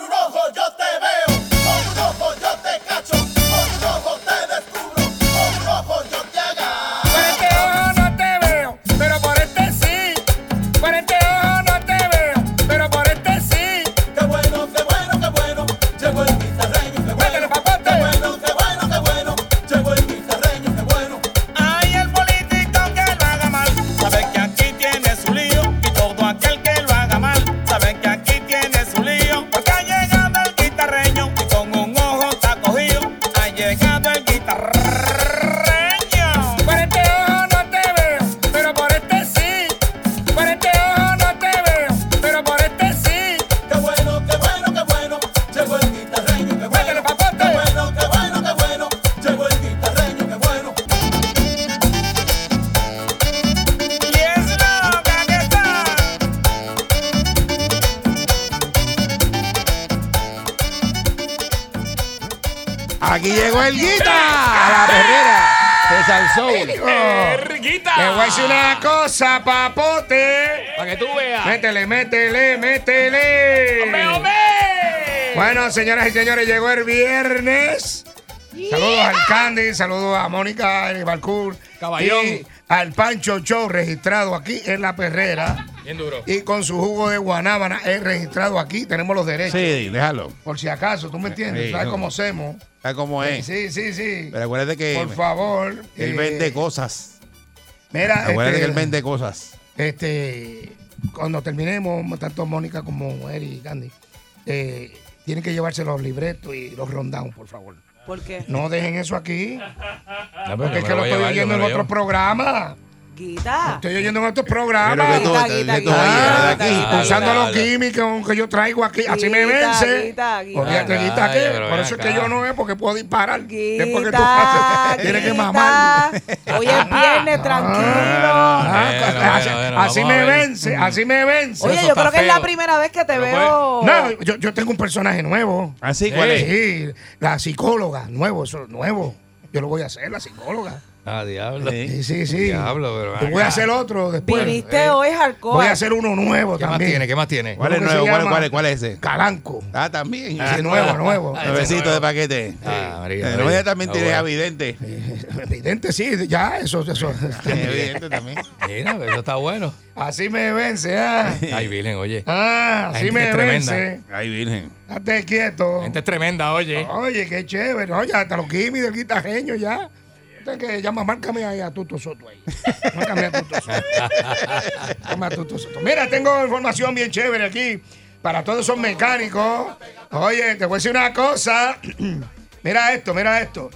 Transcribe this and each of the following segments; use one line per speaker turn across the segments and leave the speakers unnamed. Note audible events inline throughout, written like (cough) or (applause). un ojo yo te veo, con un ojo yo te cacho, con un ojo te descubro, con un ojo yo te agarro.
Por este ojo no te veo, pero por este sí. Por este ojo no te veo, pero por este sí.
Qué bueno, qué bueno, qué bueno, llegó el guitarreño, qué bueno,
Métele, papote.
qué bueno, qué bueno, qué bueno, llegó el guitarreño, qué bueno.
Ay, el político que lo haga mal, sabe que aquí tiene su lío. Y todo aquel que lo haga mal, sabe que aquí tiene su lío. Porque ha llegado el guitarreño y con un ojo está cogido. Ha llegado el guitarreño. Por este ojo no te veo, pero por este sí. Por este ojo no te veo, pero por este sí.
Qué bueno, qué bueno, qué bueno, llegó el guitarreño, qué bueno.
Métele, papote.
Qué bueno, qué bueno, qué bueno, llegó el guitarreño, qué bueno.
Y es loca que está.
Aquí llegó el
(laughs)
guita a la perrera de Salsoul.
Riquita.
Te voy a decir una cosa, papote.
Para que tú veas.
Métele, métele, métele.
¡Hombre, hombre!
Bueno, señoras y señores, llegó el viernes. Saludos al Candy, saludos a Mónica, el Balcún.
Caballón.
Y al Pancho Show, registrado aquí en la perrera.
Bien duro.
Y con su jugo de guanábana, es registrado aquí. Tenemos los derechos.
Sí, déjalo.
Por si acaso, ¿tú me entiendes?
Sí,
¿Sabes
no.
cómo hacemos?
¿Sabes cómo
Pues,
es?
Sí, sí, sí.
Pero acuérdate que
Por favor.
él
eh,
vende cosas.
Mira,
Acuérdate
este,
que él vende cosas.
este, cuando terminemos, tanto Mónica como Eri y Candy, eh, tienen que llevarse los libretos y los rondowns, por favor.
¿Por qué?
No dejen eso aquí, porque
yo
es
Ah, me
que lo
voy
estoy
a llevar, yo
oyendo
me
en
lo
otros
llevo.
programas.
Guita.
Estoy oyendo en otros
Pero
programas.
que
Guita, guita,
tú vas a
guita,
llevar de
guita,
aquí.
guita.
Usando los
habla.
químicos que yo traigo aquí, así me
Guita,
vence.
guita, guita.
Olvídate,
Ay,
guita, ¿qué?
pero
Por
ven
eso es
acá.
que yo no es porque puedo disparar.
Guita,
Es porque tú haces- tienes que
guita.
mamar.
Hoy es viernes, tranquilo.
Ah,
Bueno,
así-
bueno, bueno,
así
vamos a
me
ver.
vence, así me vence.
Oye,
Eso
yo
está
creo que es
feo.
la primera vez que te
Pero
veo.
No, yo, yo tengo un personaje nuevo.
Ah,
Así, ¿cuál
Sí.
es?
Sí, la psicóloga, nuevo, eso nuevo. Yo lo voy a hacer, la psicóloga.
Ah, diablo.
Sí.
Sí, sí, sí.
Diablo, pero
Yo
ven
voy a
acá.
hacer otro después.
Viniste
Eh,
hoy hardcore.
Voy a hacer uno nuevo
¿Qué más
también.
tiene? ¿Qué más tiene?
¿Cuál es
¿Cómo que
nuevo?
se
¿Cuál,
llama?
cuál es? ¿Cuál es ese?
Calanco.
Ah, también.
Sí, nuevo, nuevo.
(laughs) Ah,
Nuevecito
nuevo.
de paquete.
Ah, María,
Pero
María.
ella también
Ah,
tiene
bueno.
avidente. (laughs)
Evidente, sí, ya, eso,
(laughs)
eso.
Evidente también.
Mira, pero eso está bueno.
Así me vence,
(laughs)
ah.
Ay, Virgen, oye.
Ah, así
gente que
me
es tremenda.
vence.
Ay, virgen.
Estate quieto.
La gente es tremenda, oye.
Oye, qué chévere. Oye, hasta los gimis del guitarreño ya. Usted que llama, márcame ahí a Tuto Soto ahí. Márcame a Tuto Soto. Llama a Tuto Soto. Mira, tengo información bien chévere aquí para todos esos mecánicos. Oye, te voy a decir una cosa. (clears throat) mira esto, mira esto.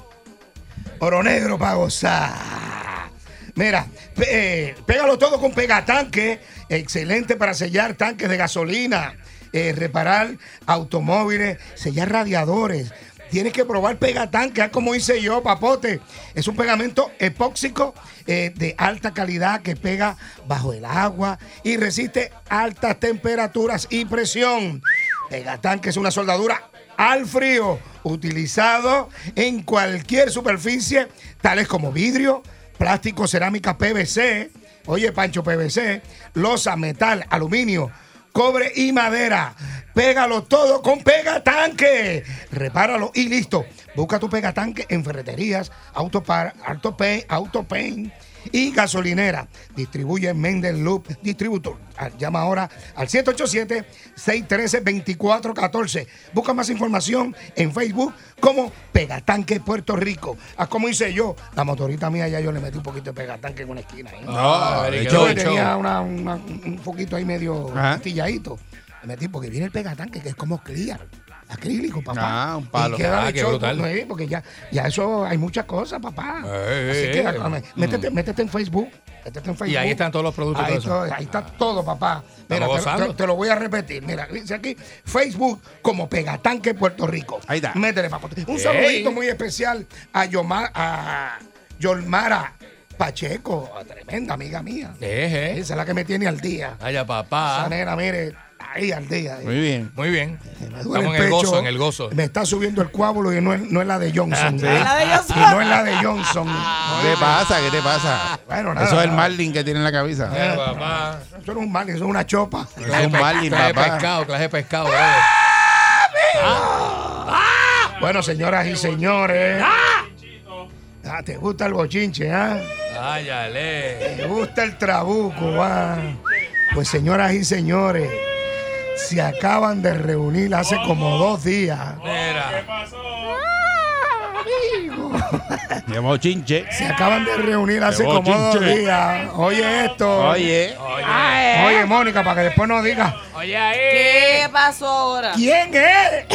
Oro negro para gozar. Mira, pe- eh, pégalo todo con pegatanque, excelente para sellar tanques de gasolina, eh, reparar automóviles, sellar radiadores. Tienes que probar pegatanque, ah, como hice yo, papote. Es un pegamento epóxico eh, de alta calidad que pega bajo el agua y resiste altas temperaturas y presión. Pegatanque es una soldadura al frío, utilizado en cualquier superficie, tales como vidrio, plástico, cerámica, PVC, oye Pancho PVC, losa, metal, aluminio, cobre y madera. Pégalo todo con pegatanque. Repáralo y listo. Busca tu pegatanque en ferreterías, autopar, autopain, autopain y gasolinera. Distribuye Mendel Loop Distributor. Ah, Llama ahora al 787-613-2414. Busca más información en Facebook como Pegatanque Puerto Rico. Ah, como hice yo, la motorita mía ya yo le metí un poquito de pegatanque en una esquina. ahí.
Ah, María,
de
qué
hecho,
yo
buen show.
tenía una- una- un poquito ahí medio
Ajá.
astilladito. Le metí porque viene el pegatanque que es como clear. Acrílico, papá.
Ah, un palo.
Y queda
Ah,
de
qué
show,
brutal.
¿no? Sí, porque ya, ya eso hay muchas cosas, papá.
Ey,
Así
ey,
que
ey.
ah, métete, métete en Facebook. Métete en Facebook.
eh. Mm. ahí están todos los productos y
Ahí,
todo eso.
to- ahí está todo, papá. Mira, te,
gozando.
te- te lo voy a repetir. Mira, dice aquí Facebook como Pegatanque Puerto Rico.
Ahí está.
Métele, papá. Un
Ey.
saludito muy especial a Yoma- a Yolmara Pacheco, tremenda amiga mía.
Eje.
Esa es la que me tiene al día.
Vaya,
Esa
papá.
nena, mire, ah, Ahí al día.
Muy
ahí.
bien.
Muy bien.
Me
Estamos
duele
en el
pecho,
gozo, en el gozo. Ah,
Me está subiendo el coágulo y no es, no es la de Johnson.
Es la de
Y
Johnson.
no es la de
(laughs)
Johnson.
¿Qué te pasa? ¿Qué te pasa?
Bueno, nada.
Eso es el Marlin que tiene en la cabeza.
Eh, papá.
Eso no es un mal, eso es una chopa.
Eso es un
pe-
Marlin,
clase de
papá.
pescado, clase de pescado, brother.
Bueno, señoras y señores. Ah, te gusta el bochinche, ¿ah?
Váyale.
Te gusta el trabuco, ¿ah? Pues señoras y señores, se acaban de reunir hace como dos días.
Mira.
Ah,
Llamó Chinche.
Se acaban de reunir hace
Qué
como dos
bochinche.
días. Oye esto.
Oye.
Oye,
Oye, Mónica, para que después nos digas
oye ahí.
¿Qué pasó ahora?
quién es.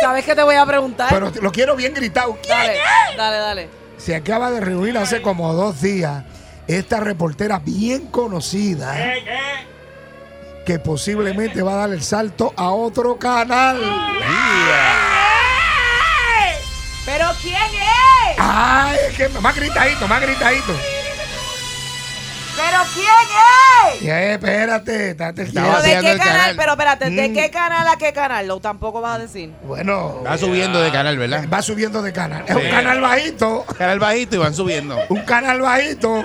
¿Sabes qué te voy a preguntar?
Pero te- lo quiero bien gritado.
dale, dale, dale.
Se acaba de reunir hace como dos días esta reportera bien conocida que posiblemente va a dar el salto a otro canal.
¿Pero quién es?
¡Ay! es que más gritadito, más gritadito.
¿Pero quién es?
Eh, espérate, estate
Estaba
¿Pero
quieto.
de
haciendo
qué
el
canal?
canal.
Pero espérate, ¿de
Mm.
qué canal a qué canal? Lo tampoco vas a decir.
Bueno,
Va subiendo de canal, ¿verdad?
va subiendo de canal. Es
Sí.
un canal bajito,
Canal bajito y van subiendo.
un canal bajito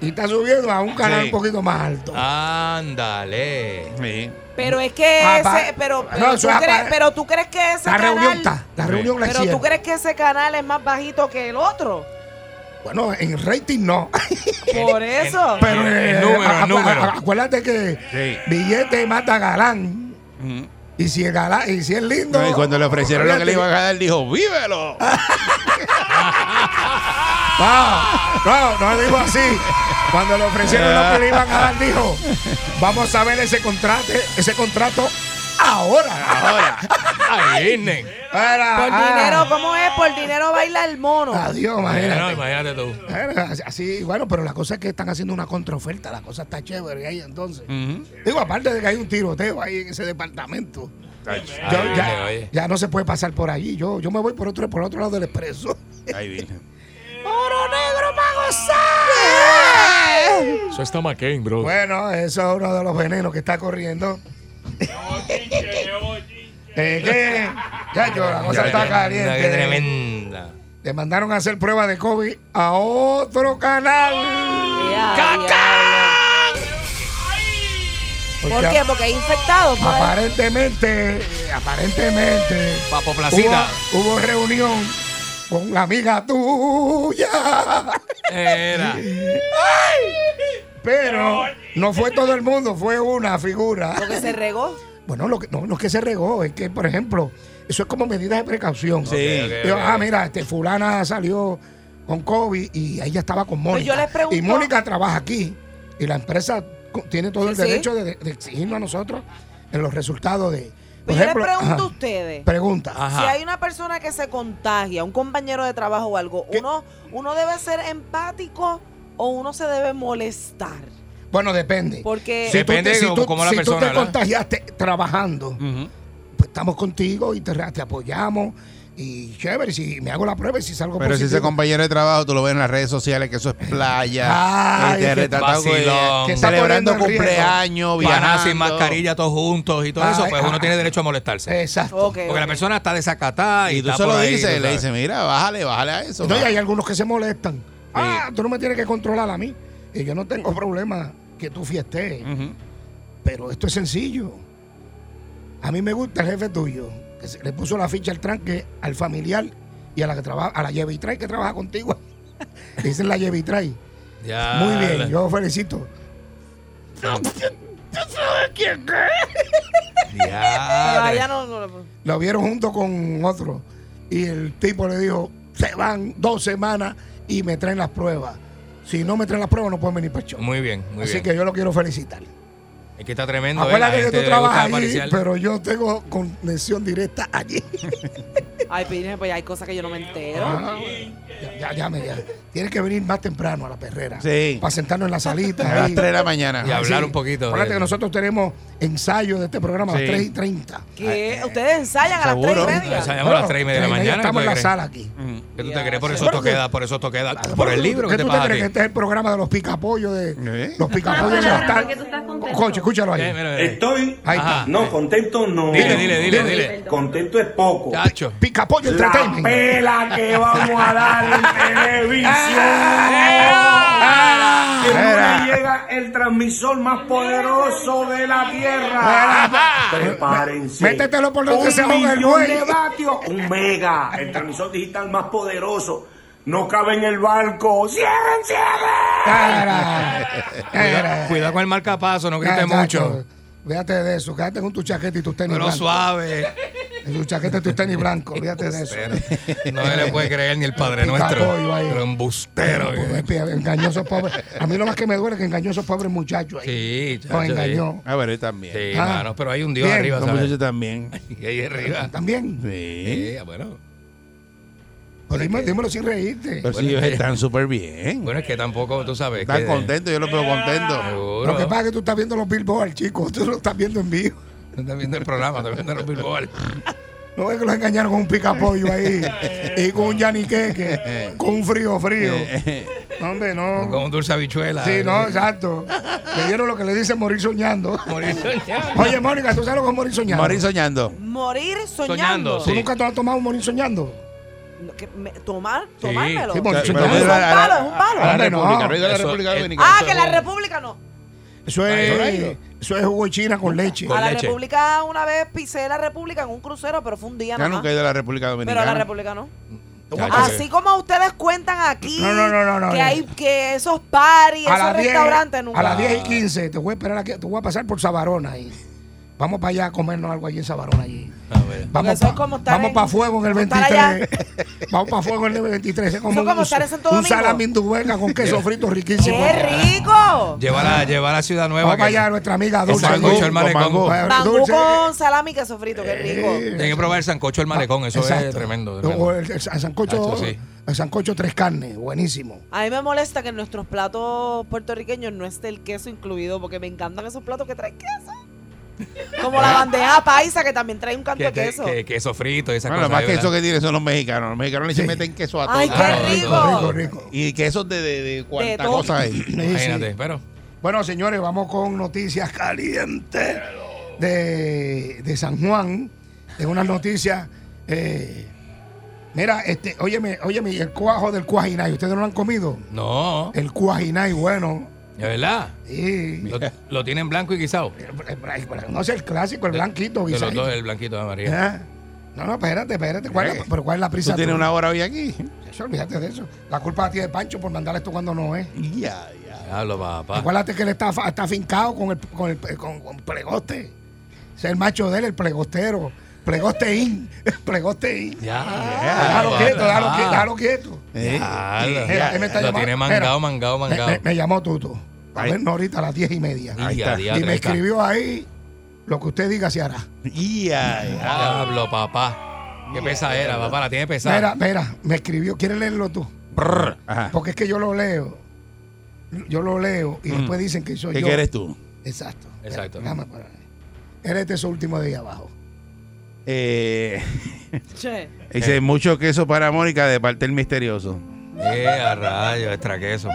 y está subiendo a un canal
Sí. Ah.
un poquito más alto.
Ándale.
Sí.
Pero es que
Ah,
ese,
va.
pero,
No,
pero,
eso
tú
es
crees,
apa-
pero tú crees que ese
La reunión
canal,
está, la reunión la
pero tú
hicieron.
crees que ese canal es más bajito que el otro.
Bueno, en rating no.
Por eso.
Pero
El
eh,
número, el
acu-
número.
acu- acuérdate que
Sí.
billete mata galán.
Ujú.
Y si es galán, y si es lindo.
No, y cuando le ofrecieron lo que le iban a dar, dijo,
Ah,
¡vívelo!
No, no, no digo así. Cuando le ofrecieron lo que le iban a
(laughs)
dar, dijo, vamos a ver ese contrato, ese contrato ahora.
Ahora.
Ahí vienen.
(laughs) Era,
Por
ah,
dinero, ¿cómo es? Por dinero baila el mono.
Adiós,
No,
imagínate.
imagínate tú.
Era Así, bueno, pero la cosa es que están haciendo una contraoferta, la cosa está chévere ahí entonces.
Ujú.
Digo, aparte de que hay un tiroteo ahí en ese departamento. Yo-
Ahí vienen,
ya,
oye.
ya no se puede pasar por allí. Yo, yo me voy por otro, por otro lado del expreso.
Ahí viene.
¡Oro negro para gozar!
Eso está McCain, bro.
¡Eh! Bueno, eso es uno de los venenos que está corriendo. Eh, ¿qué? Ya, yo, la cosa está
Tremenda, qué
caliente.
tremenda.
Le mandaron a hacer prueba de COVID a otro canal.
Ya, ya, ya. ¿Por
Porque
qué? Porque es infectado. pues.
Aparentemente, eh, aparentemente,
Papo Placita.
hubo, hubo reunión con la amiga tuya.
Era.
Pero no fue todo el mundo, fue una figura.
Porque se regó.
Bueno, lo que, no, lo que se regó es que, por ejemplo, eso es como medida de precaución.
Sí. Ok, ok,
Digo,
ok.
Ah, mira, este fulana salió con COVID y ella estaba con Mónica.
Pues yo les pregunto-
Y Mónica trabaja aquí y la empresa co- tiene todo
Sí,
el
sí.
derecho de, de exigirnos a nosotros en los resultados de...
Pero Pues yo les pregunto
ajá,
a ustedes.
Pregunta.
Ajá.
Si hay una persona que se contagia, un compañero de trabajo o algo, uno, uno debe ser empático o uno se debe molestar.
Bueno, depende.
Porque
Si tú
Depende
te- si
de
tú-
cómo la
si tú
persona,
te
¿no?
contagiaste trabajando,
Ujú.
pues estamos contigo y te, te apoyamos. Y chévere, si me hago la prueba y si
Pues,
salgo
Pero si ese
positivo,
compañero de trabajo, tú lo ves en las redes sociales, que eso es
(laughs)
playa,
Ay,
que te
qué
retratado con-
vacilón.
Que está
celebrando
poniendo en riesgo.
cumpleaños,
Panas
viajando.
sin mascarilla, todos juntos y todo eso,
Ay,
pues uno
ay.
tiene derecho a molestarse.
Exacto.
Ok.
Porque la persona está desacatada y,
Y tú
está
se
por
lo
ahí,
dices,
tú
le
sabes.
dices, mira, bájale, bájale a eso.
No, y
va".
hay algunos que se molestan. Ah, tú no me tienes que controlar a mí. Y yo no tengo problema que tú fiestes.
Ujú.
Pero esto es sencillo. A mí me gusta el jefe tuyo, que se- le puso la ficha al tranque al familiar y a la que trabaja, a la lleva y trae que trabaja contigo. (laughs) Le Dicen la lleva y trae.
Ya,
Muy bien,
Ah, la-
yo felicito.
ya,
Ah,
tre-
ya no- no- no.
Lo vieron junto con otro. Y el tipo le dijo, se van dos semanas y me traen las pruebas. Si no me traen las pruebas, no pueden venir para el show.
Muy bien, muy
Así
bien.
que yo lo quiero felicitar.
Es que está tremendo. ¿eh? La
Acuérdate que
gente
tú
le gusta
trabajas allí,
apariciar.
pero yo tengo conexión directa allí.
Ay, Pines, pues hay cosas que yo no me entero.
Ah, bueno. ya, ya, ya, me- ya. Tienes que venir más temprano a la perrera.
Sí.
Para sentarnos en la salita.
A las
ahí. Ah,
3 de la
Y
mañana.
hablar un poquito
Acuérdate
de-
que nosotros tenemos ensayo de este programa a las
Sí.
3 y 30.
¿Qué? ¿Ustedes ensayan a las tres y
Seguro.
media?
Ah, Ensayamos a las 3 y media de la mañana.
Estamos en la
¿qué tú
sala aquí.
crees? ¿Qué tú te crees? Por eso
Bueno,
esto
que- Ah,
queda, por eso esto queda. Por el libro
¿Qué
que te
tú
pasa a
crees que
ti.
este es el programa de los picapollos de
¿Eh?
los picapollos de las tardes? Coche, Escúchalo
Eh,
ahí.
mira, mira.
Estoy.
Ahí
Ajá.
No, contento no.
Dile, dile, dile, dile.
Contento es poco.
Chacho.
Picapollo
La
Entertainment.
pela que vamos a dar en
Ah.
televisión. Que no le llega el transmisor más poderoso de la tierra. Prepárense.
Métetelo por donde
Un
se ahoga el
millón
buey.
de vatios, Un mega. El transmisor digital más poderoso. No cabe en el barco. ¡Cierren, cierren!
Cara.
Cuidado,
Cara.
cuidado con el marcapaso, no
Ah,
grites
chacho,
mucho.
Fíjate de eso, quédate con tu chaqueta y tus tenis
Pero
blancos.
suave.
Tu chaqueta y tus tenis blancos, fíjate de eso.
(laughs)
No se le puede creer ni el Padre
Picapollo
Nuestro.
ahí.
Pero embustero.
Pues, pi- engañó a esos pobres. A mí lo más que me duele es que engañó a esos pobres muchachos ahí.
Sí, chacho,
Los
sí.
engañó.
A ver, él también.
Sí,
Ah.
Este, mano, pero hay un Dios
Bien,
arriba,
Los
¿sabes?
muchachos
(laughs)
también.
Y ahí arriba.
También.
Sí.
Sí, ah, bueno.
Pero dime- dímelo sin reírte.
Pero sí, ellos están súper bien.
Bueno, es que tampoco, tú sabes.
Están
que-
contentos, yo los veo contentos.
Seguro.
Lo que pasa es que tú estás viendo los billboards, chicos. Tú lo estás viendo en vivo.
No estás viendo el programa, estás viendo los billboards.
No es que los engañaron con un picapollo ahí. y con un yaniqueque. Con un frío frío. No, hombre,
Con
no.
un dulce habichuela.
Sí, no, exacto. Le dieron lo que le dicen morir soñando.
Morir soñando.
Oye, Mónica, ¿tú sabes lo que es morir soñando?
Morir soñando.
Morir
Soñando,
soñando.
¿Tú
sí.
nunca te has tomado un morir soñando?
No, que me- tomar,
Sí,
tomármelo.
sí, morir
Es un
soñando.
palo, es un palo.
Hombre, no.
Ruido de la
Eso
República
es-
Dominicana.
Ah, que la República no.
Eso es, eso es jugo de China con leche.
Con
a la
leche.
República una vez pisé la República en un crucero, pero fue un día
Ya
nada
nunca he
más.
ido a la República
Pero
Dominicana.
a la República no.
Ya, ya sé.
Así como ustedes cuentan aquí
No, no, no, no, no,
que
no.
hay que esos paris,
a
esos
las 10,
restaurantes nunca.
a las 10 y 15 te voy a esperar aquí, te voy a pasar por Sabarona ahí. Vamos para allá a comernos algo allí en Sabarona allí.
A ver.
Vamos
eso es
pa-
como estar
vamos
en-
para fuego en el
como estar
23. (laughs) Vamos para fuego en el 23. Es como,
como
un,
estar en Santo
un
Domingo.
salamín de Uberga con queso
(laughs)
frito riquísimo.
¡Qué rico!
Llevar a, llevar a Ciudad Nueva.
Vamos para
que-
allá nuestra amiga
el
Dulce.
sancocho, el malecón.
Mangú.
Dulce.
Mangú
Dulce.
con salami y queso frito, qué rico.
Tienen que probar el sancocho el malecón, eso es
Ah, Exacto.
tremendo.
O
tremendo.
el, el sancocho,
Nacho, sí.
el sancocho tres carnes, buenísimo.
A mí me molesta que en nuestros platos puertorriqueños no esté el queso incluido, porque me encantan esos platos que traen queso. Como la bandeja paisa, que también trae un canto
Que,
de
que-
queso.
que- queso frito y esas
Bueno, lo
cosas.
más que
¿verdad?
eso que tienen son los mexicanos. Los mexicanos le se meten queso a todo.
¡Ay,
Ah,
qué
rico,
rico!
Rico, rico.
Y quesos de, de, de cuánta
todo.
cosa hay.
Sí, sí.
Imagínate, pero.
Bueno, señores, vamos con noticias calientes de, de San Juan. Es unas noticias. eh, mira, este, óyeme, óyeme, y el cuajo del cuajinay. ¿Ustedes no lo han comido?
No,
El cuajinay, bueno.
de verdad.
Sí.
Lo, lo tienen blanco y guisado. De
No es el clásico, el blanquito,
los
guisadito.
dos, el blanquito de María.
Ah, No, no, espérate, espérate. ¿Cuál es la-
¿Qué?
pero ¿cuál es la
Tú
prisa?
tienes
tuya?
una hora hoy aquí.
Eso, olvídate de eso. La culpa la tiene Pancho por mandar esto cuando no es.
Ya, ya.
Diablo, papá.
Acuérdate que él está, fa- está afincado con el, con el con, con plegoste. Es el macho de él, el plegostero. (laughs) Plegosteín. Plegosteín.
Ya.
Déjalo quieto, déjalo quieto, déjalo quieto.
Eh,
Diablo.
Mira, él me está
Lo
llamando. Mira,
tiene mangado, mangado,
me-
mangado.
Me, me llamó Tuto. A
Ahí.
ver, no, ahorita a las diez y media.
Ya,
está.
diablo,
Y me
ahí está.
escribió ahí, lo que usted diga se hará.
Ya, ya.
Diablo, papá. Qué pesa era, papá. La tiene
Mira,
pesada.
mira, me escribió, ¿quieres leerlo tú?
Brr.
Ah.
Ajá.
Porque es que yo lo leo. Yo lo leo
Mm.
y después dicen que soy
¿Qué
yo.
quieres tú?
Exacto.
Exacto.
Déjame parar. Eres de su último día abajo.
Eh,
Che.
dice, mucho queso para Mónica de parte del misterioso.
Eh, a rayos, extra queso.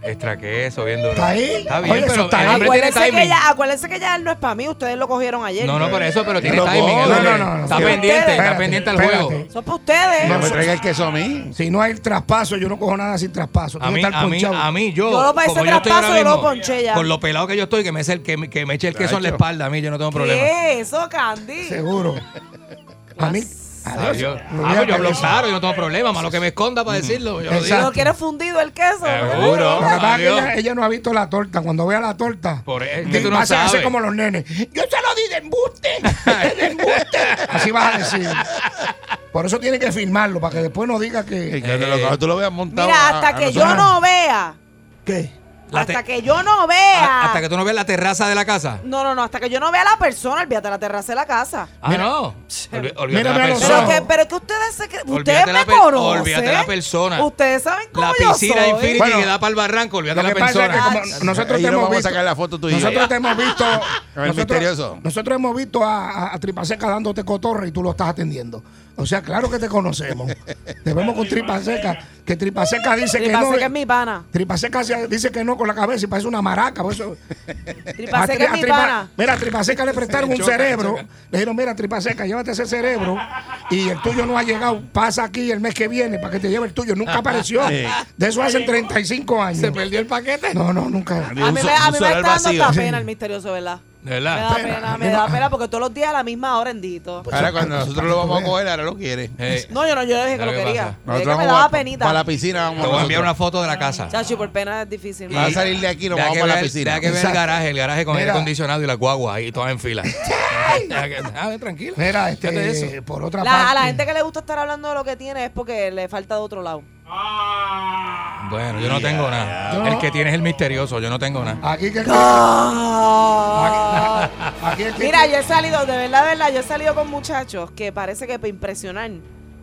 Extra queso, bien duro.
¿Está ahí?
Está bien,
Oye, eso
pero
está
el
ahí.
hombre tiene
Acuérdense que,
timing.
ya, acuérdense que ya él no es para mí, ustedes lo cogieron ayer.
No, no, por eso, pero tiene
lo
timing.
cojo.
es lo
No,
que-
no, no, no.
Está
Sí,
pendiente, está
espérate,
pendiente al
espérate.
juego.
Son para ustedes.
No me
eso-
traiga el queso a mí.
Si no hay traspaso, yo no cojo nada sin traspaso.
A
Tengo
mí,
que estar
a mí,
ponchado.
a mí, yo.
Yo lo para ese
como yo estoy ahora
traspaso, yo lo
mismo,
ponché ya.
Con lo pelado que yo estoy, que me, es el, que, me- que me eche el queso en la
Chacho.
espalda, a mí yo no tengo problema.
¿Qué es eso, Candy?
Seguro. A mí.
Ah, yo,
Adiós.
ah, pues yo hablo claro, yo no tengo problema, malo que me esconda para decirlo. Yo lo digo.
Exacto.
¿No quieres fundido el queso?
Seguro.
Lo que pasa es que
Adiós.
ella, ella no ha visto la torta. Cuando vea la torta,
Por eso, es
te-
que tú no
hace, hace
sabes.
como los nenes. Yo se lo di de embuste.
(laughs)
(laughs) De embuste. Así vas a decir. Por eso tiene que firmarlo, para que después no diga
Que
que.
cuando
Eh.
lo cojas tú lo veas montado.
Mira,
a- a
hasta que yo
nosotros.
no vea.
¿Qué?
La te-
Hasta que yo no
a-
vea.
Hasta que tú no veas la terraza de la casa.
No, no, no, hasta que yo no vea a la persona, olvídate la terraza de la casa.
Ah, no. Olvi- Olvídate
Mira,
la
mira los
persona.
Pero
ojos.
que, pero que ustedes se cre- ustedes
Olvídate la
me
per-
conocen.
olvídate la persona.
Ustedes saben cómo
La
yo
piscina
¿eh?
soy.
Infinity
Bueno,
que da para el barranco,
Lo
olvídate la
que pasa es que
persona.
como nosotros te
Ahí nos
hemos
vamos a
visto.
sacar la foto tuya.
Nosotros te hemos
(laughs)
visto.
misterioso.
nosotros hemos visto a, a- a Tripaseca dándote cotorra y tú lo estás atendiendo. O sea, claro que te conocemos. Te vemos con tripa seca. Que tripa seca dice
Tripa
que no.
seca es mi pana.
Tripa seca se- dice que no con la cabeza y parece una maraca. por eso-
Tripa
a
seca
tri-
es
a
mi
Tripa-
pana.
Mira, a Tripa Seca le prestaron un
Choca,
cerebro.
choca.
Le dijeron, mira, Tripa Seca, llévate ese cerebro y el tuyo no ha llegado. Pasa aquí el mes que viene para que te lleve el tuyo. Nunca
(laughs)
apareció.
Sí.
De eso hacen 35 años.
¿Se perdió el paquete?
No, no, nunca.
A mí me, a
un
mí me
solar
está dando
vacío.
hasta pena el misterioso, ¿verdad?
¿De
Me
verdad?
da
Ah,
pena, me da pena porque todos los días a la misma hora, endito.
Ahora cuando nosotros lo vamos a coger, ahora lo quiere.
Eh,
No, yo no, yo dije que lo
Pero ¿qué
quería.
pasa?
Yo dije que
vamos
me daba
a- Para la
penita.
piscina vamos
te voy a
nosotros.
enviar una foto de la casa.
Chacho, por pena es difícil.
Va a
mano.
salir de aquí, nos
Deja
vamos
que
para la
ver-
piscina.
deja que ver el
Exacto.
garaje, el garaje con aire
Mira.
acondicionado y la guagua ahí, todas
(laughs)
en fila. Deja que- deja ver, tranquila.
Mira,
Ya te di
este,
eso.
por otra
La-
parte.
a la gente que le gusta estar hablando de lo que tiene es porque le falta de otro lado.
Bueno, yo no tengo
ya.
nada.
Yo
El
no-
que tiene es el misterioso, yo no tengo nada.
Aquí que.
Ah.
Aquí el que-
Mira, yo he salido, de verdad, de verdad, yo he salido con muchachos que parece que para impresionar,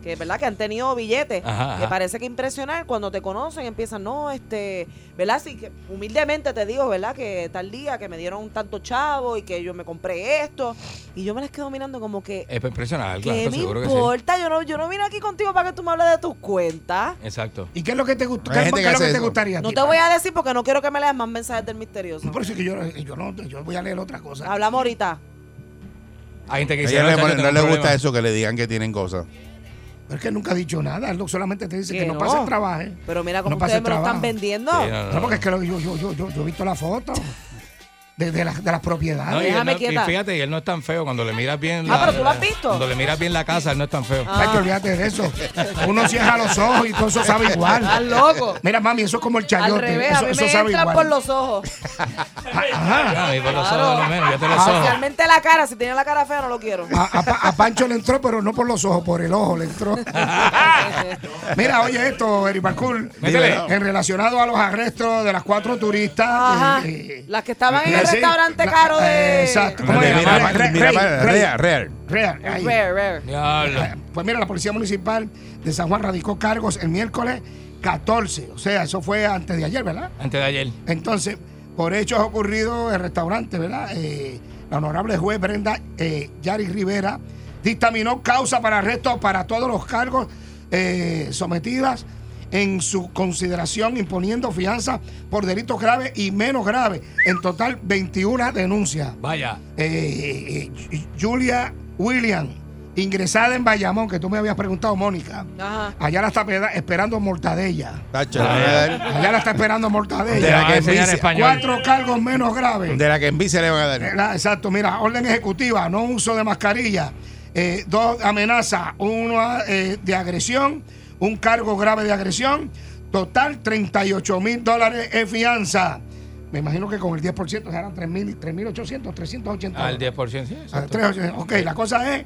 que verdad que han tenido billetes,
Ajá,
que
ajá.
parece que impresionar, cuando te conocen empiezan, no, este, ¿verdad? Así que humildemente te digo, ¿verdad? Que tal día que me dieron tanto chavo y que yo me compré esto, y yo me les quedo mirando como que,
Es para
¿qué
impresionar, Eh, claro, pues
me
seguro que sí.
importa? Yo no yo no vine aquí contigo para que tú me hables de tus cuentas.
Exacto.
¿Y qué es lo que te, gust-
Hay
qué-
gente
qué
que
es lo
hace
que te
eso.
gustaría? a
No
ti?
te voy a decir porque no quiero que me leas más mensajes del misterioso.
Por eso que yo, yo no, yo voy a leer otra cosa.
Hablamos ahorita.
Hay gente que
A
dice,
ella le-
"No, chacho,
no
tengo
le
un
gusta
problema".
eso que le digan que tienen cosas.
Pero es que él nunca ha dicho nada. Él solamente te dice que,
Que
no,
no.
pasa el trabajo. ¿eh?
Pero mira cómo
No pasa
ustedes
el
me lo están
trabajo.
vendiendo.
Sí, no, no,
No,
no.
porque es que lo- yo, yo, yo, yo, yo he visto la foto de, de las- de las
No, y
propiedades.
él
Déjame
no- y
quieta.
fíjate, y él no es tan feo. Cuando le miras bien
Ah, pero tú lo has visto.
Cuando le miras bien la casa, él no es tan feo.
Ay, que olvídate de eso. Uno cierra los ojos y todo eso sabe igual.
Estás loco.
Mira, mami, eso es como el
Al
chayote.
revés,
eso
a mí
eso
me
sabe
entran
igual.
por los ojos.
Ajá.
Ah, y por los ojos, lo menos, ya te los
Ah.
Ah,
ojos.
Especialmente la cara, si tiene la cara fea no lo quiero.
A, a Pa- a Pancho le entró, pero no por los ojos, por el ojo le
(laughs)
entró. Mira, oye esto, Eric Balcour.
Métele.
En relacionado a los arrestos de las cuatro turistas.
Ajá.
eh,
Las que estaban en el
sí,
restaurante
la-
caro
eh,
de.
Exacto. ¿Cómo
Mira,
es?
mira,
Re-
mira,
Re- Re-
real, real.
Real, ahí.
Rare, rare.
Diablo.
Pues mira, la Policía Municipal de San Juan radicó cargos el miércoles 14. O sea, eso fue antes de ayer, ¿verdad?
Antes de ayer.
Entonces, por hechos ocurridos en restaurantes, ¿verdad? Eh, la honorable juez Brenda eh, Yari Rivera dictaminó causa para arresto para todos los cargos eh, sometidas en su consideración imponiendo fianza por delitos graves y menos graves. En total, 21 denuncias
Vaya.
eh, eh, Julia William, ingresada en Bayamón, que tú me habías preguntado, Mónica.
Ajá.
Allá la está peda- esperando Mortadella.
Tacho, le voy a dar-
Allá la está esperando
Te
Te
la
van
Mortadella.
que
a enseñar
dice,
español.
Cuatro cargos menos graves.
De la que en bici le van a dar.
La- exacto, mira, orden ejecutiva, no uso de mascarilla. Eh, dos amenazas, una eh, de agresión, un cargo grave de agresión. Total, 38 mil dólares en fianza. Me imagino que con el 10% serán 3.000, 3.800, 380.
Al 10%. sí,
Ah,
exacto.
tres, ocho, ok, la cosa es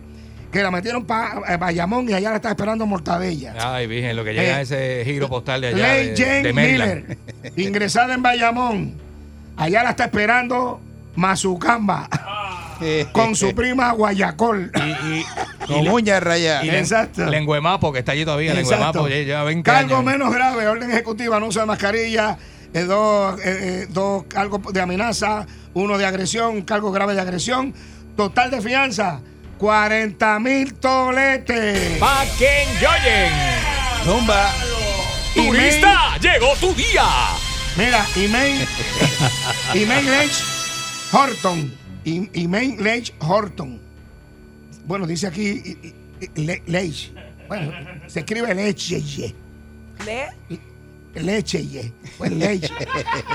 que la metieron para Bayamón y allá la está esperando Mortadella.
Ay, virgen, lo que llega a
Eh,
ese giro postal de allá.
Ley
de,
Jane
de Maryland.
Miller, ingresada en Bayamón, allá la está esperando Mazucamba con su prima Guayacol.
Ah. eh, Y, y, y,
Eh, Con uñas rayadas.
y len-
Exacto.
Lenguemapo, que está allí todavía.
Exacto.
Lenguemapo, ya lleva 20
Cargo
años.
menos grave, orden ejecutiva, no uso de mascarilla, eh, dos, eh, eh, dos cargos de amenaza, uno de agresión, un cargo grave de agresión, total de fianza, 40 mil toletes.
Pa' que enjoyen.
Zumba.
Turista, llegó tu día.
Mira, Email, Email Lynch Horton. I- Email Lynch Horton. Bueno, dice aquí i- i- Le- Lynch. Bueno, se escribe leche, ye.
¿Le?
leche, ye. Pues leche.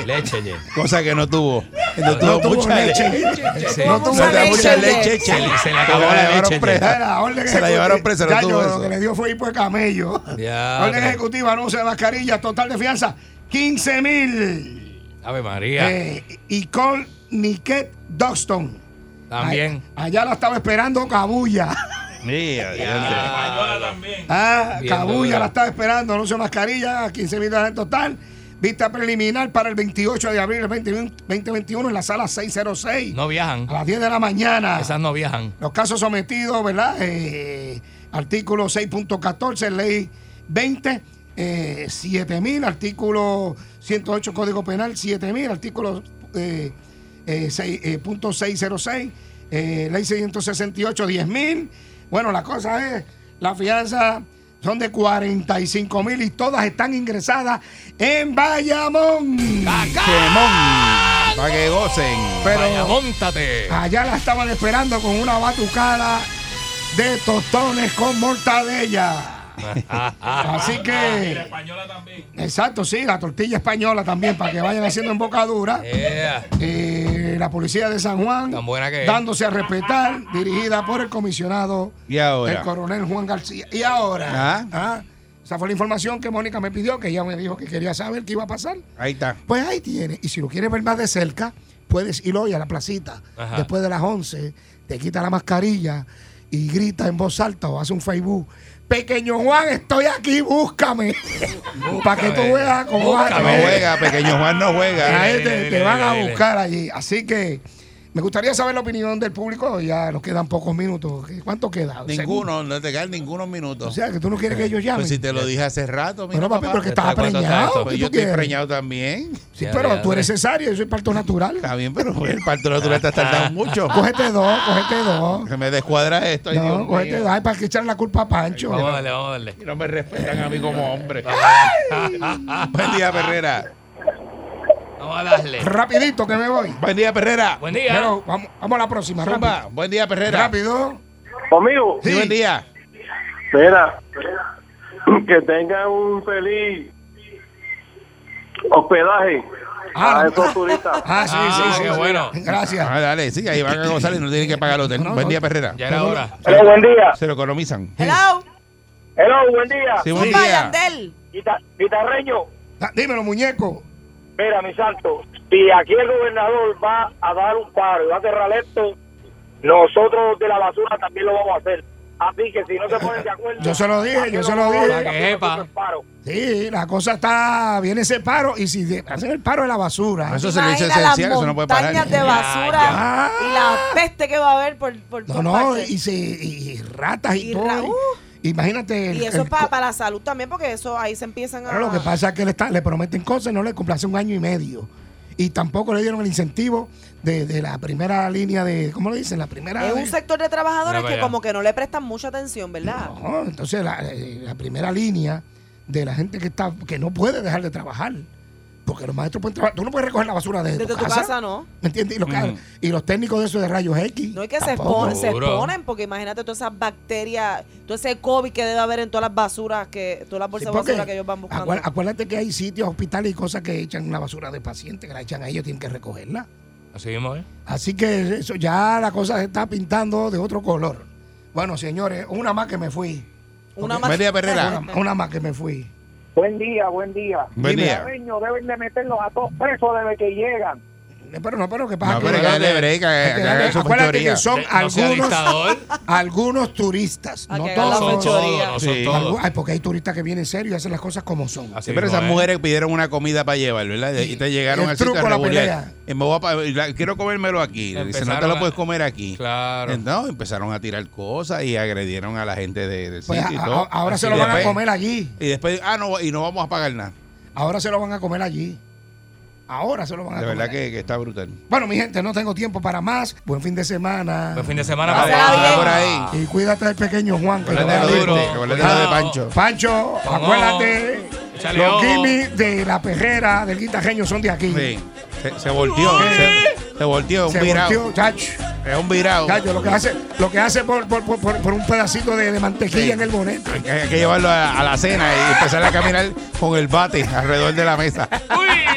Leche, ye.
Cosa que no tuvo. (laughs) No
No
tuvo
tuvo
mucha
leche.
leche.
Sí.
No
No
tuvo
Mucha
tuvo
leche.
mucha
leche.
leche.
Se le- se le acabó
Se
la
Eh,
llevaron
leche,
presa.
Era orden
Se la
ejecutiva.
llevaron presa, no
Ya
tuvo
yo
eso.
lo que le dio fue hipo de camello.
Ya,
orden
pero-
ejecutiva, no se mascarilla, total de fianza, 15 mil.
Ave María.
Eh, y con Niket Dogston.
También.
Ay- Allá la estaba esperando Cabulla.
(laughs)
Mía, diantre.
Ah,
Bien
Cabulla
dura.
la estaba esperando, no se mascarilla, 15 mil dólares en total. Vista preliminar para el 28 de abril del 2021 2021 en la sala 606
No viajan.
a las 10 de la mañana.
Esas no viajan.
Los casos sometidos, ¿verdad? Eh, artículo 6.14, ley 20, eh, 7000, artículo 108, Código Penal, 7000, artículo eh, eh, seis- eh, punto 606, eh, ley 668, 10000. Bueno, la cosa es Las fianzas son de 45 mil y todas están ingresadas en Bayamón.
Chemón. Para que gocen.
Pero Ah.
montate.
allá la estaban esperando con una batucada de tostones con
(laughs)
mortadella. Así
Ah,
que.
española también.
Exacto, sí, la tortilla española también, para que vayan haciendo embocadura.
Yeah.
Eh, la policía de San Juan,
Tan buena que es.
dándose a respetar, dirigida por el comisionado,
Y ahora.
el coronel Juan García. Y ahora,
Ah.
ah, esa fue la información que Mónica me pidió, que ella me dijo que quería saber qué iba a pasar.
Ahí está.
Pues ahí tiene. Y si lo quieres ver más de cerca, puedes ir hoy a la placita.
Ajá.
Después de las 11, te quita la mascarilla y grita en voz alta o hace un Facebook. Pequeño Juan, estoy aquí, búscame. Para que tú veas cómo vas a
No juega, pequeño Juan no
A
juega.
él
Dile,
te,
dile,
te van a
dile, dile.
buscar allí. Así que me gustaría saber la opinión del público. Ya nos quedan pocos minutos. ¿Cuánto queda?
Ninguno, no te quedan ningunos
O
minutos.
sea, que tú no quieres que ellos llamen.
Pues si te lo dije hace rato, mira,
Bueno, papi,
papá.
pero que estás
¿Cuánto está
preñado.
esto?
¿qué
Pues
tú
yo estoy
quieres?
preñado también.
Sí,
Ya,
pero
ya,
tú
ya.
eres cesárea, yo soy parto natural.
Está bien, pero pues, el parto natural te has
(laughs)
tardado mucho.
Cógete dos, cógete dos.
Se me descuadra esto. ay, Dios
No, cógete,
mío.
ay, para que echar la culpa a Pancho.
Vamos a darle, vamos a darle.
Y no me respetan a mí
(laughs)
como hombre. Buen día, Perrera.
Vamos a darle.
Rapidito que me voy.
Buen día, Perrera.
Buen día.
Pero vamos, vamos a la próxima, rápido.
Zumba. Buen día, Perrera.
Rápido.
Conmigo,
Sí, buen día.
espera, que tenga un feliz hospedaje
Ah,
a
no.
esos turistas.
Ah, sí,
Ah,
sí, sí.
qué
sí.
bueno.
Gracias.
Ah, dale, sí, ahí van a gozar y no tienen que pagar el hotel.
No,
buen
no.
día, Perrera.
Ya era hora.
Hello, buen día.
Se lo economizan.
Hello.
Hello, buen día.
Sí, buen
Zumba,
día.
Yandel.
Guita- guitarreño,
Ah, dímelo, muñeco.
mira, mi santo, si aquí el gobernador va a dar un paro y va a cerrar esto, nosotros de la basura también lo vamos a hacer. Así que si no se ponen de acuerdo...
Yo se lo dije, yo se lo dije.
Para
que sepa.
Sí, la cosa está. Viene ese paro y si de- hacen el paro de la
Ah,
basura.
Eso es servicio
Imagina las
esencial, eso no puede parar.
montañas de basura
ya.
y la peste que va a haber por, por
Ah. No,
todas
no,
partes.
y, si, y, y ratas y,
Y
todo.
ra-
y-
uh.
imagínate. el-
Y eso
el
es para,
co-
la salud también, porque eso ahí se empiezan a...
Ahora lo que pasa es que le, está- le prometen cosas y no le cumple hace un año y medio. Y tampoco le dieron el incentivo de, de la primera línea de. ¿Cómo lo dicen? La primera.
es
de-
un sector de trabajadores
Mira
que
para allá.
como que no le prestan mucha atención, ¿verdad?
No, entonces la, eh, la primera línea de la gente que está que no puede dejar de trabajar. Porque los maestros pueden trabajar. Tú no puedes recoger la basura desde,
Desde tu casa, no.
¿Me entiendes? Y los, ca- y los técnicos de eso de rayos X.
No es que se,
tampoco.
expone.
expon- se
Seguro.
exponen, porque imagínate todas esas bacterias, todo ese COVID que debe haber en todas las basuras, que todas las
Sí,
bolsas de
porque
basura que ellos van buscando.
acuer- acuérdate que hay sitios, hospitales y cosas que echan la basura de pacientes, que la echan a ellos, tienen que recogerla.
Así mismo, ¿eh?
Así que eso ya la cosa se está pintando de otro color. Bueno, señores, una más que me fui.
Una
Ok.
más-
María Perrera.
Una, una más que me fui.
Buen día, buen día.
Buen día.
deben de meterlos a todos presos desde que llegan.
Eh, Pero no, pero ¿qué pasa?
No,
Que
pero que
hay
dale break,
que
que que
darle-
hagan su
acuérdate
fechoría.
que son
De- no sea
algunos,
dictador.
algunos turistas,
A
no
que hagan la
No son
todos.
fechoría.
todos, no son
Sí.
todos.
Algu- ay, porque hay turistas que vienen serios y hacen las cosas como son.
Así
Sí, pero
mismo,
esas
¿eh?
mujeres pidieron una comida para llevar, ¿verdad? Y- Y te llegaron
El
al sitio
truco, la
rebulear.
pelea.
Y me voy a pa- y la- quiero comérmelo aquí. Le Dice, no te
Empezaron
lo
a-
puedes comer aquí.
Claro.
No, empezaron a tirar cosas y agredieron a la gente de, del
Pues,
sitio
a-
y todo.
a- ahora se
Y
lo van a
después-
comer allí.
Y después, ah, no, y no vamos a pagar nada.
Ahora se lo van a comer allí. Ahora se lo van a
De
comer.
verdad que, que está brutal.
Bueno, mi gente, no tengo tiempo para más. Buen fin de semana.
Buen fin de semana
Ah,
Ah,
Pásala
para
bien.
Por ahí.
Y cuídate del pequeño Juan. Que
Cuídate
te va a
lo
ver.
duro.
Este, como le digo de
Cuidado.
Pancho.
Pancho,
Vamos.
acuérdate.
Échale
los
ojo.
gimis de la perrera del guitarreño son de aquí.
Sí. Se, se volteó. Se, se volteó. Es
Se
un virado.
volteó, chacho.
Es un virado.
Chacho, lo que hace, lo que hace por, por- por- por- por un pedacito de, de mantequilla
Sí.
en el bonete.
Hay que, hay que llevarlo a, a la cena y empezar a caminar con el bate alrededor de la mesa.
Uy.